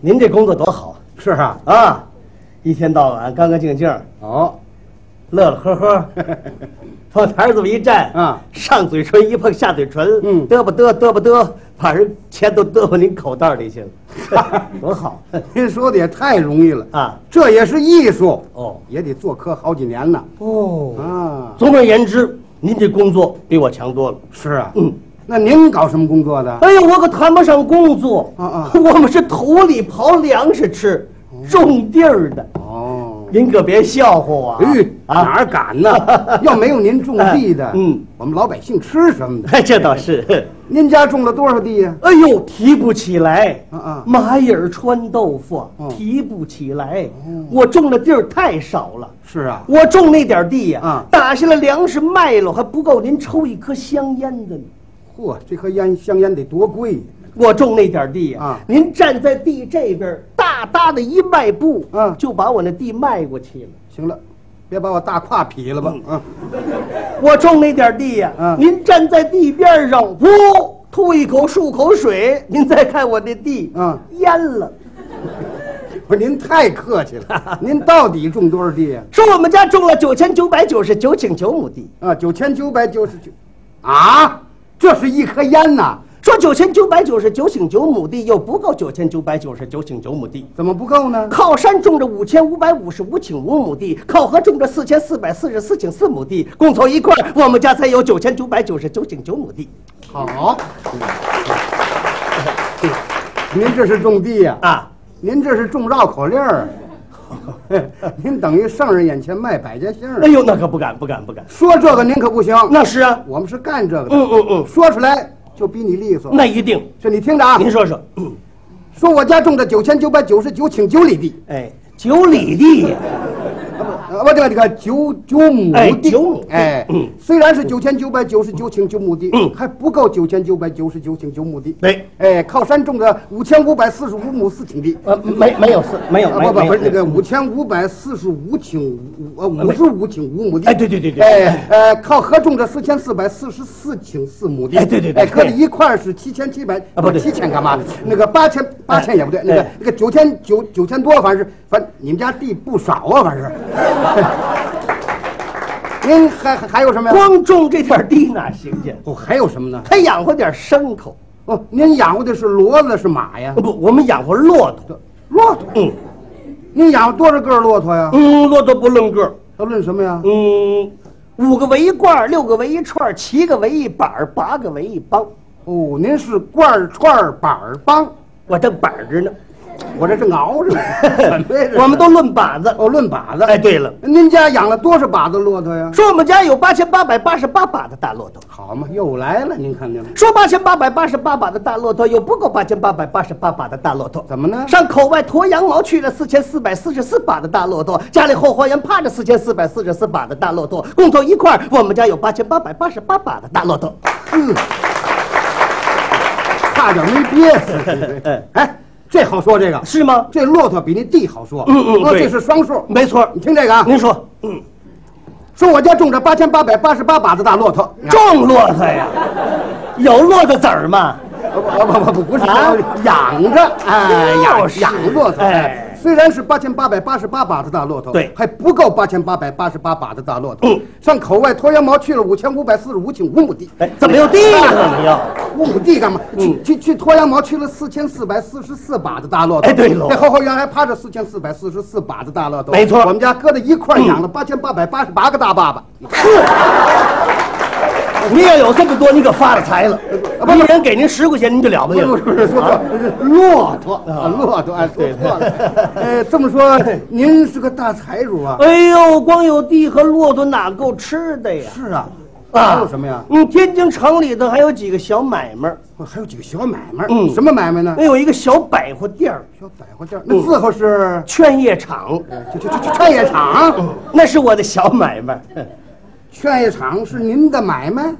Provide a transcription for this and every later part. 您这工作多好是啊，啊，一天到晚干干净净，哦，乐乐呵 呵，往台上这么一站啊，上嘴唇一碰下嘴唇，嗯嘚吧嘚嘚吧嘚，把人钱都嘚吧您口袋里去 了，多好您说的也太容易了，啊！这也是艺术，哦也得做科好几年呢。哦，啊，总而言之，您这工作比我强多了。是啊，嗯，那您搞什么工作的？哎呀，我可谈不上工作，啊啊我们是土里刨粮食吃，种地儿的。哦，您可别笑话我啊！咦，哦哪啊，儿 敢呢？要没有您种地的，嗯，我们老百姓吃什么呢？哎这倒是。您家种了多少地呀？哎呦，提不起来啊啊蚂蚁儿穿豆腐嗯，哦提不起来。我种的地儿太少了，是啊，我种那点儿地呀、啊打下来粮食卖了还不够您抽一颗香烟的呢。嚯，这颗烟香烟得多贵呀！我种那点儿地呀、啊您站在地这边儿，大大的一迈步，嗯就把我那地迈过去了。行了，别把我大胯劈了吧？啊，我种那点地呀、嗯您站在地边上，噗，吐一口漱口水，您再看我这地，嗯淹了。不是您太客气 了，您到底种多少地呀？说我们家种了九千九百九十九顷九亩地，啊，九千九百九十九，啊，这是一颗烟呐，说九千九百九十九顷九亩地又不够九千九百九十九顷九亩地。怎么不够呢？靠山种着五千五百五十五顷五亩地，靠河种着四千四百四十四顷四亩地，共凑一块儿，我们家才有九千九百九十九顷九亩地好， 您这是种地呀、啊！您这是种绕口令儿 啊，您等于上人眼前卖百家姓儿哎。呦，那可不敢，不敢，不敢。说这个您可不行，那是啊，我们是干这个的，嗯嗯嗯，说出来就比你利索。那一定。这你听着啊，您说嗯说，说我家种的九千九百九十九顷九里地，哎，九里地呀。啊不，这个这个九九亩哎地，九亩地哎嗯虽然是九千九百九十九顷九亩地，嗯还不够九千九百九十九顷九亩地，对，哎，靠山种的五千五百四十五亩四顷地，呃，没没有四，没有啊没有不没不有不是那个五千五百四十五顷五呃五十五顷五亩地，哎对对对对哎呃靠河种的四千四百四十四顷四亩地，哎对对对哎搁在一块儿是七千七百啊不对七千干嘛？那个八千八千也不对，那个哎那个九千九九千多，反正是反正你们家地不少啊，反正是。 您还还还有什么呀？光种这点地哪行去？哦，还有什么呢？还养活点牲口。哦，您养活的是骡子是马呀？不，我们养活骆驼。骆驼，嗯您养活多少个骆驼呀？嗯，骆驼不论个儿。都论什么呀？嗯，五个围一罐儿，六个围一串儿，七个围一板儿，八个围一帮。哦，您是罐儿串儿板儿帮，我正板儿着呢。我这正熬 着呢。什么呀这是我们都论把子。哦论把子。哎，对了，您家养了多少把子骆驼呀？说我们家有八千八百八十八把的大骆驼。好嘛，又来了，您看见了？说八千八百八十八把的大骆驼又不够八千八百八十八把的大骆驼，怎么呢？上口外驮羊毛去了四千四百四十四把的大骆驼，家里后花园趴着四千四百四十四把的大骆驼，共凑一块儿，我们家有八千八百八十八把的大骆驼。嗯，差点没憋 死。哎，这好说这个，是吗？这骆驼比那地好说。嗯嗯哦对嗯这是双数。没错你听这个啊，您说，说我家种着八千八百八十八把子大骆驼。啊种骆驼呀，有骆驼籽儿吗？不不不不不是啊养着，哎，就养是养骆驼，哎哎，虽然是八千八百八十八把子大骆驼，对还不够八千八百八十八把子大骆驼嗯，上口外驮羊毛去了五千五百四十五顷五亩地，哎，怎么有地嗯了？你要？五亩地干嘛？去去去驮羊毛去了四千四百四十四把子大骆驼，哎对喽在后花园还趴着四千四百四十四把子大骆驼，没错嗯我们家搁在一块儿养了八千八百八十八个大爸爸，你要有这么多，你可发了财了。一人给您十块钱，您就了不不得是不了是。不是，说错了，骆驼啊，骆驼，哎，说错了，呃，这么说您是个大财主啊。哎呦，光有地和骆驼哪够吃的呀？是啊，啊还有什么呀？嗯，天津城里头还有几个小买卖儿，还有几个小买卖，嗯什么买卖呢那？有一个小百货店儿，小百货店，那伺候是劝业场，这这这劝业场，那是我的小买卖。劝业场是您的买卖，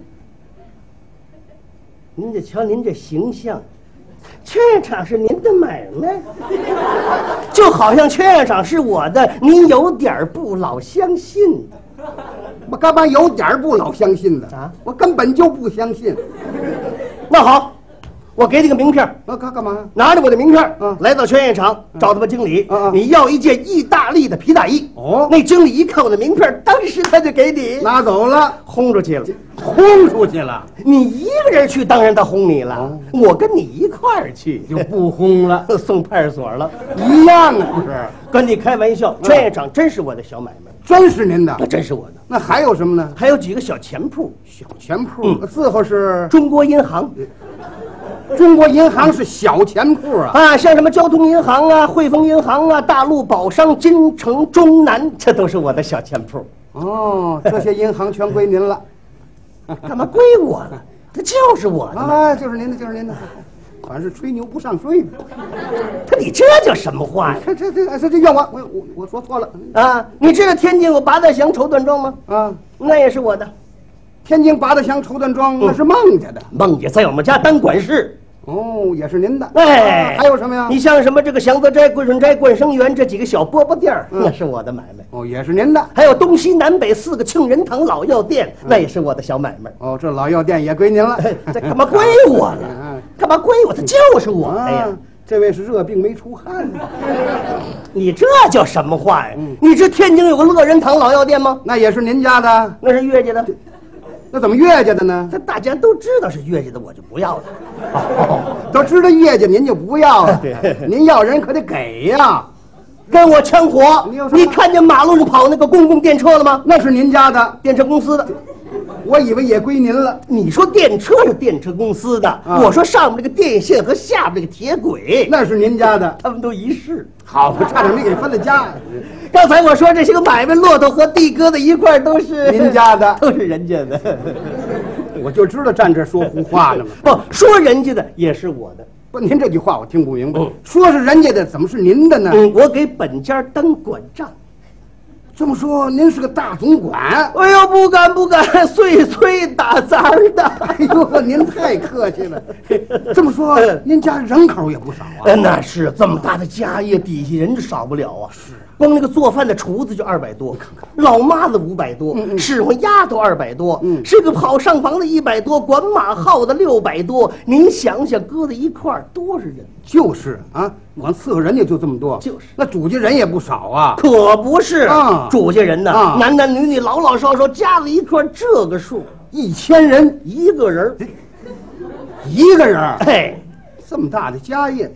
您得瞧您这形象，劝业场是您的买卖， 就好像劝业场是我的，您有点儿不老相信的。我干嘛有点儿不老相信的啊我根本就不相信。那好，我给你个名片儿，那干干嘛？拿着我的名片儿，嗯来到劝业场找他们经理嗯嗯，你要一件意大利的皮大衣。哦那经理一看我的名片儿，当时他就给你拿走了，轰出去了。轰出去了，你一个人去，当然他轰你了。嗯我跟你一块儿去，就不轰了，送派出所了。一样啊，不是？跟你开玩嗯笑，劝业场真是我的小买卖，真是您的那，啊真是我的。那还有什么呢？还有几个小钱铺，小钱嗯铺，伺候是中国银行中国银行是小钱铺啊，啊，像什么交通银行啊、汇丰银行啊、大陆宝商、金城、中南，这都是我的小钱铺。哦，这些银行全归您了，干嘛归我了？他就是我的嘛。啊，就是您的，就是您的，反是吹牛不上税的，他你这叫什么话呀？这这哎这这这怨我，我我我说错了啊，你知道天津有八大祥绸缎庄吗？啊，那也是我的。天津八大祥绸缎庄嗯那是孟家的，梦姐在我们家当管事。哦，也是您的，哎，啊还有什么呀你？像什么这个祥德斋、桂顺斋、冠生园这几个小饽饽店嗯儿，那是我的买卖。哦，也是您的，还有东西南北四个庆仁堂老药店，嗯那也是我的小买卖。哦，这老药店也归您了，哎 这干嘛归我了嗯？干嘛归我？他就是我的呀！ 啊，这位是热病没出汗啊呢，你这叫什么话呀？嗯你知天津有个乐仁堂老药店吗？那也是您家的，那是岳家的，那怎么岳家的呢？这大家都知道是岳家的，我就不要了。都知道岳家您就不要了 对，您要人可得给呀，跟我呛火你有！什么你看见马路上跑那个公共电车了吗？那是您家的，电车公司的。我以为也归您了。你说电车是电车公司的，啊我说上面这个电线和下面这个铁轨，那是您家的，他们都一式。好，我差点没给分了家。 刚才我说这些个买卖，骆驼和地疙瘩一块儿都是您家的 都是人家的。 我就知道站这说胡话呢嘛。不说人家的也是我的，不，您这句话我听不明白。哦说是人家的，怎么是您的呢？嗯，我给本家当管账。这么说，您是个大总管？哎呦，不敢不敢，碎碎打杂儿的。哎呦，您太客 气了。这么说，您家人口也不少啊。哎，那是这么大的家业，底下人就少不了啊。是光那个做饭的厨子就二百多，老妈子五百多，嗯使唤丫头二百多，是个跑上房的一百多，管马号的六百多。您想想，搁在一块儿多少人？就是啊，我伺候人家就这么多。就是那主家人也不少啊。可不是啊主家人呐啊，男男女女、老老少少加在一块儿这个数，一千人，一个人儿，一个人儿，哎，这么大的家业，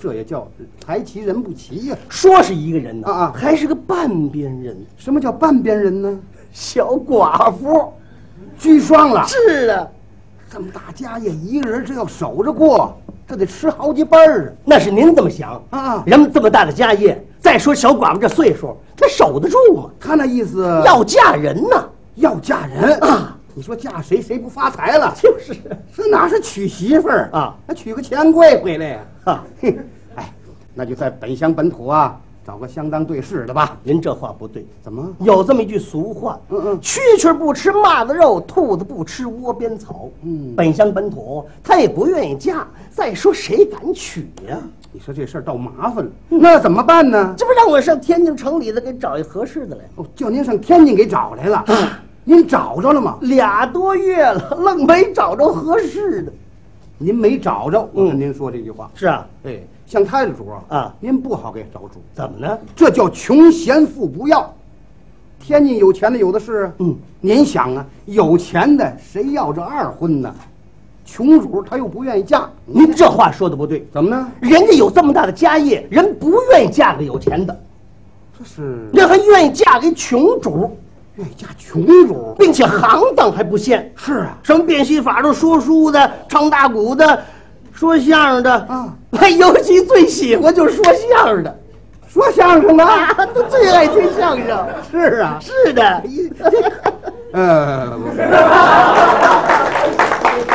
这也叫财齐人不齐呀、说是一个人呢，啊啊还是个半边人，什么叫半边人呢？小寡妇。居双了。是啊，这么大家业，一个人这要守着过，这得吃好几辈儿那是您这么想啊人们这么大的家业，再说小寡妇这岁数，她守得住吗？啊！他那意思要嫁人呐，要嫁人啊！你说嫁谁谁不发财了？就是这哪是娶媳妇儿啊？那娶个钱柜回来呀、啊。嘿，哎，那就在本乡本土啊，找个相当对视的吧。您这话不对，怎么？有这么一句俗话，嗯嗯蛐蛐不吃蚂蚱肉，兔子不吃窝边草。嗯本乡本土，她也不愿意嫁。再说谁敢娶呀、你说这事儿倒麻烦了，嗯那怎么办呢？这不让我上天津城里头给找一合适的来，哦，叫您上天津给找来了，您找着了吗？俩多月了，愣没找着合适的。您没找着，我跟您说这句话。是啊，哎，像他这主啊，啊您不好给找主，怎么呢？这叫穷贤富不要。天津有钱的有的是啊，嗯，您想啊，有钱的谁要这二婚呢？穷主他又不愿意嫁，您这话说的不对。怎么呢？人家有这么大的家业，人不愿意嫁给有钱的，这是人还愿意嫁给穷主，愿意嫁穷主。并且行当还不限，是啊，什么变戏法的、说书的、唱大鼓的、说相声的啊，还尤其最喜欢就是说相声的，说相声的啊， 都最爱听相声。是啊，是的，呃，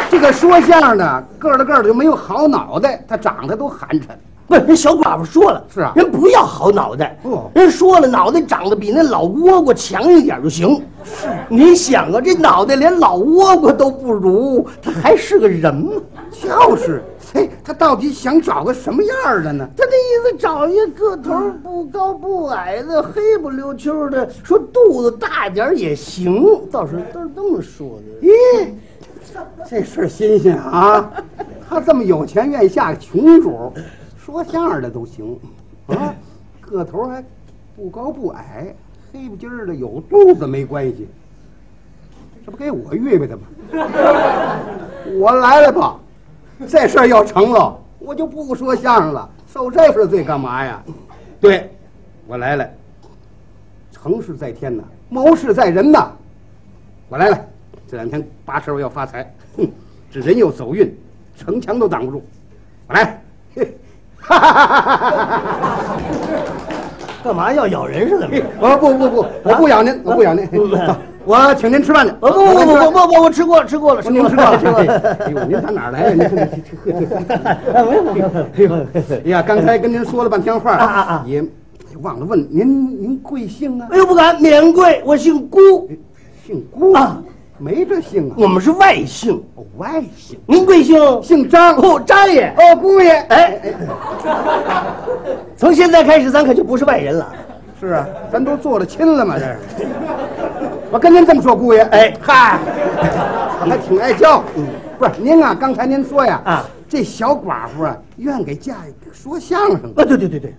这个说相声的个儿的个儿的就没有好脑袋，他长得都寒碜。不是人小寡妇说了，是啊人不要好脑袋，不人说了，脑袋长得比那老倭瓜强一点就行。是，您想啊，这脑袋连老倭瓜都不如，他还是个人吗？就是，嘿，他到底想找个什么样儿的呢？他的意思找一个头儿不高不矮的，黑不溜秋的，说肚子大点儿也行，倒是都是这么说的。咦，这事儿新鲜啊！他这么有钱，愿意嫁个穷主，说相声的都行啊，个头还不高不矮，黑不唧儿的，有肚子没关系。这不给我预备的吗？我来了吧，这事儿要成了，我就不说相声了，受这份罪干嘛呀？对，我来了。成事在天呐，谋事在人呐。我来了，这两天八十我要发财，哼，这人又走运，城墙都挡不住。我来了，嘿哈哈哈哈哈哈！干嘛要咬人是怎么着？我不不不，我不咬您，我不咬您，走我请您吃饭去。我不不不不不，我吃过了吃过了吃您过吃到了，了吃到了。哎呦，您打哪儿来呀？您这这这这这没有没有哎呦，哎呀，刚才跟您说了半天话，啊啊啊也忘了问您，您贵姓啊？哎呦不敢，免贵，我姓哎辜，姓郭啊，没这姓啊，我们是外姓。哦外姓，您贵姓？姓张。哦，张爷。哦，姑爷，哎，从现在开始，咱可就不是外人了。是啊，咱都做了亲了嘛，这是。我跟您这么说，姑爷，哎嗨，我还挺爱叫。嗯，不是您啊，刚才您说呀，啊，这小寡妇啊，愿给嫁一个说相声的，啊，对对对对，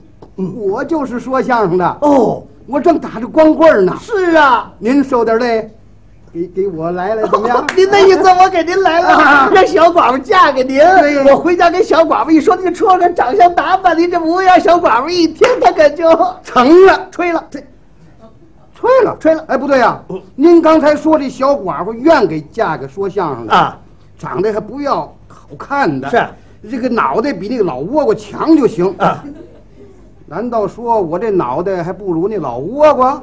我就是说相声的，哦，我正打着光棍儿呢。是啊。？您受点累，给给我来了，怎么样哦您的意思我给您来了啊，让小寡妇嫁给您。对我回家跟小寡妇一说，您瞅瞅长相打扮，您这模样，小寡妇一听，她可就成了，吹了。这吹了，吹了哎，不对呀、哦您刚才说这小寡妇愿给嫁给说相声的啊，长得还不要好看的，是这个脑袋比那个老倭瓜强就行啊。难道说我这脑袋还不如那老倭瓜？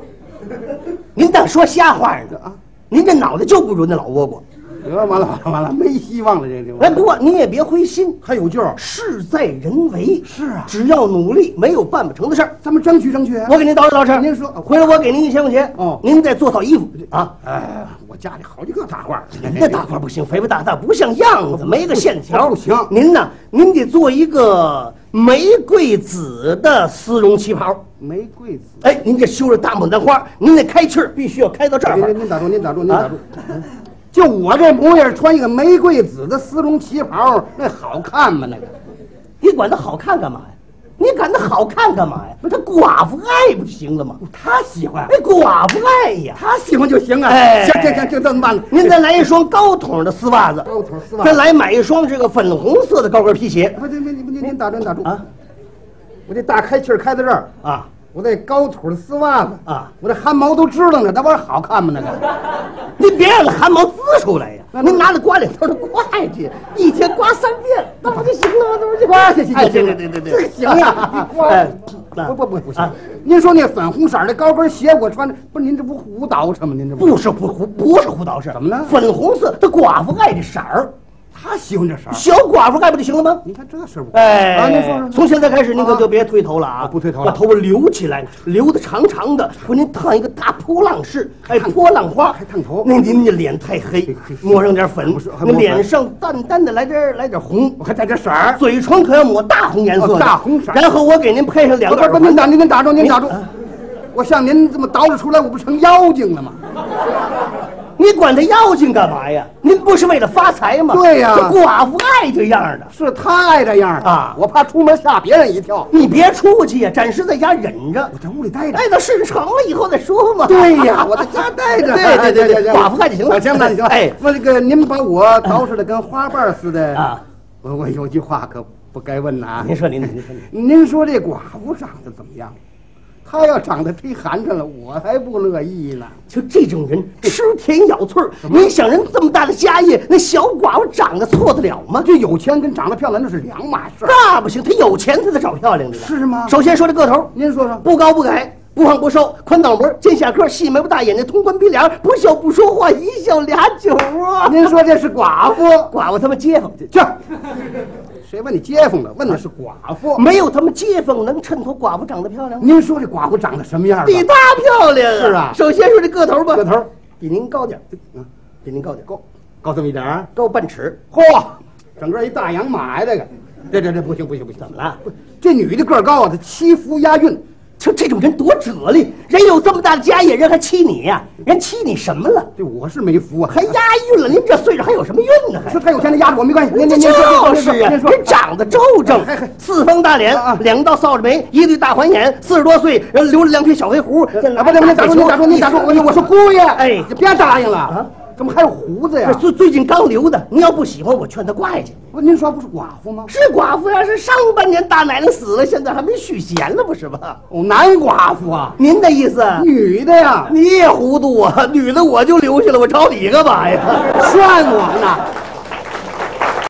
您当说瞎话呢啊？您这脑袋就不如那老倭瓜。嗯得完了完了完了，没希望了，这个地哎，方不过您也别灰心，还有救儿，事在人为。是啊只要努力，没有办不成的事儿。咱们争取争取。啊我给您捯饬捯饬，您说啊回来我给您一千块钱，哦您再做套衣服啊。哎，我家里好几个大褂儿，您这大块不行，肥肥大大不像样子，没个线条哎不行您呢，您得做一个玫瑰紫的丝绒旗袍。玫瑰紫。哎，您这修着大牡丹花，您那开气儿必须要开到这儿。您您打住，您打住，您打住啊。就我这模样，穿一个玫瑰紫的丝绒旗袍，那好看吗？那个你管它好看干嘛呀？你管它好看干嘛呀？不是，他寡妇爱不就行了吗？哦他喜欢哎，寡妇爱呀！ 他喜欢就行啊。哎行行行，就这么办了。您再来一双高筒的丝袜子，高筒丝袜再来买一双这个粉红色的高跟皮鞋不，您您您您您打住，您打住啊！我这大开气儿开到这儿，啊！我这高腿儿丝袜子啊，我这汗毛都支棱着，那玩意儿好看吗？那个你别 让那汗毛滋出来呀！那您拿着刮脸刀的刮下去，一天刮三遍， 那不就行了吗？那不就 刮下去就哎行对了，对对对这对，个行 啊呀。 你刮哎不不不不行啊！您说那粉红色儿的高跟鞋，我穿着，不是您这不胡捣扯吗？您这不是胡胡不是胡导师，怎么了粉红色，它寡妇爱这色儿，他喜欢这色儿。小寡妇爱不就行了吗？你看这事儿不哎，啊，您说说。从现在开始您可就别推头了啊！啊不推头了把头发留起来，留的长长的，回您烫一个大波浪式，哎，波浪花还烫头那您这脸太黑，抹上点粉不是，还那抹粉脸上淡淡的来点儿来点儿红我，还带点色儿。嘴唇可要抹大红颜色的，哦大红色然后我给您配上两不个耳不，环啊您打您您打住，您打住。我像您这么捯饬出来，我不成妖精了吗？你管他要紧干嘛呀？您不是为了发财吗？对呀这寡妇爱这样的，是他爱这样啊我怕出门吓别人一跳。你别出去呀，暂时在家忍着我。在屋里待着。哎，到事成了以后再说嘛。对 呀， 我在家待着。对对对对哎行寡妇干就行了啊行了，行了。哎我这个您把我捯饬的跟花瓣似的啊。我我有句话可不该问呐。哎您说您您说您，您说这寡妇长得怎么样？她要长得忒寒碜了，我还不乐意呢。就这种人吃甜咬脆儿，您想人这么大的家业，那小寡妇长得错得了吗？这有钱跟长得漂亮那是两码事儿。那不行，他有钱他才找漂亮的呢。是吗首先说这个头，您说说，不高不矮，不胖不瘦，宽脑门，尖下颏，细眉毛，大眼睛，通关鼻梁，不笑不说话，一笑俩酒窝。您说这是寡妇？寡妇他们街坊，去，谁问你街坊了？问的是寡妇。没有他们街坊能衬托寡妇长得漂亮吗？您说这寡妇长得什么样吧？比她漂亮啊！是啊首先说这个头吧，个头比您高点儿，嗯比您高点儿，高高这么一点儿。高半尺。嚯，整个一大洋马呀，这个，这这这不行不行不行，怎么了？这女的个儿高啊，她七伏押韵，说这种人多哲理，人有这么大的家业，人还欺你呀、人欺你什么了？对，我是没福啊，还押韵了？您这岁数还有什么韵呢？还说他有钱他压着我没关系，您这您您就说您是说啊，您说人长得周正哎哎，四方大脸啊啊，两道扫帚眉，一对大环眼，四十多岁，人留着两撇小黑胡。这啊，不对不对，打住您打住您打住，我我说姑爷，哎你别答应了啊，怎么还有胡哎子呀这？最最近刚留的，您要不喜欢，我劝他挂下去。不，您说不是寡妇吗？是寡妇呀，是上半年大奶奶死了，现在还没续弦了，不是吧？哦，男寡妇啊，您的意思，女的呀，你也糊涂啊？女的我就留下了，我找你干嘛呀？劝我呢。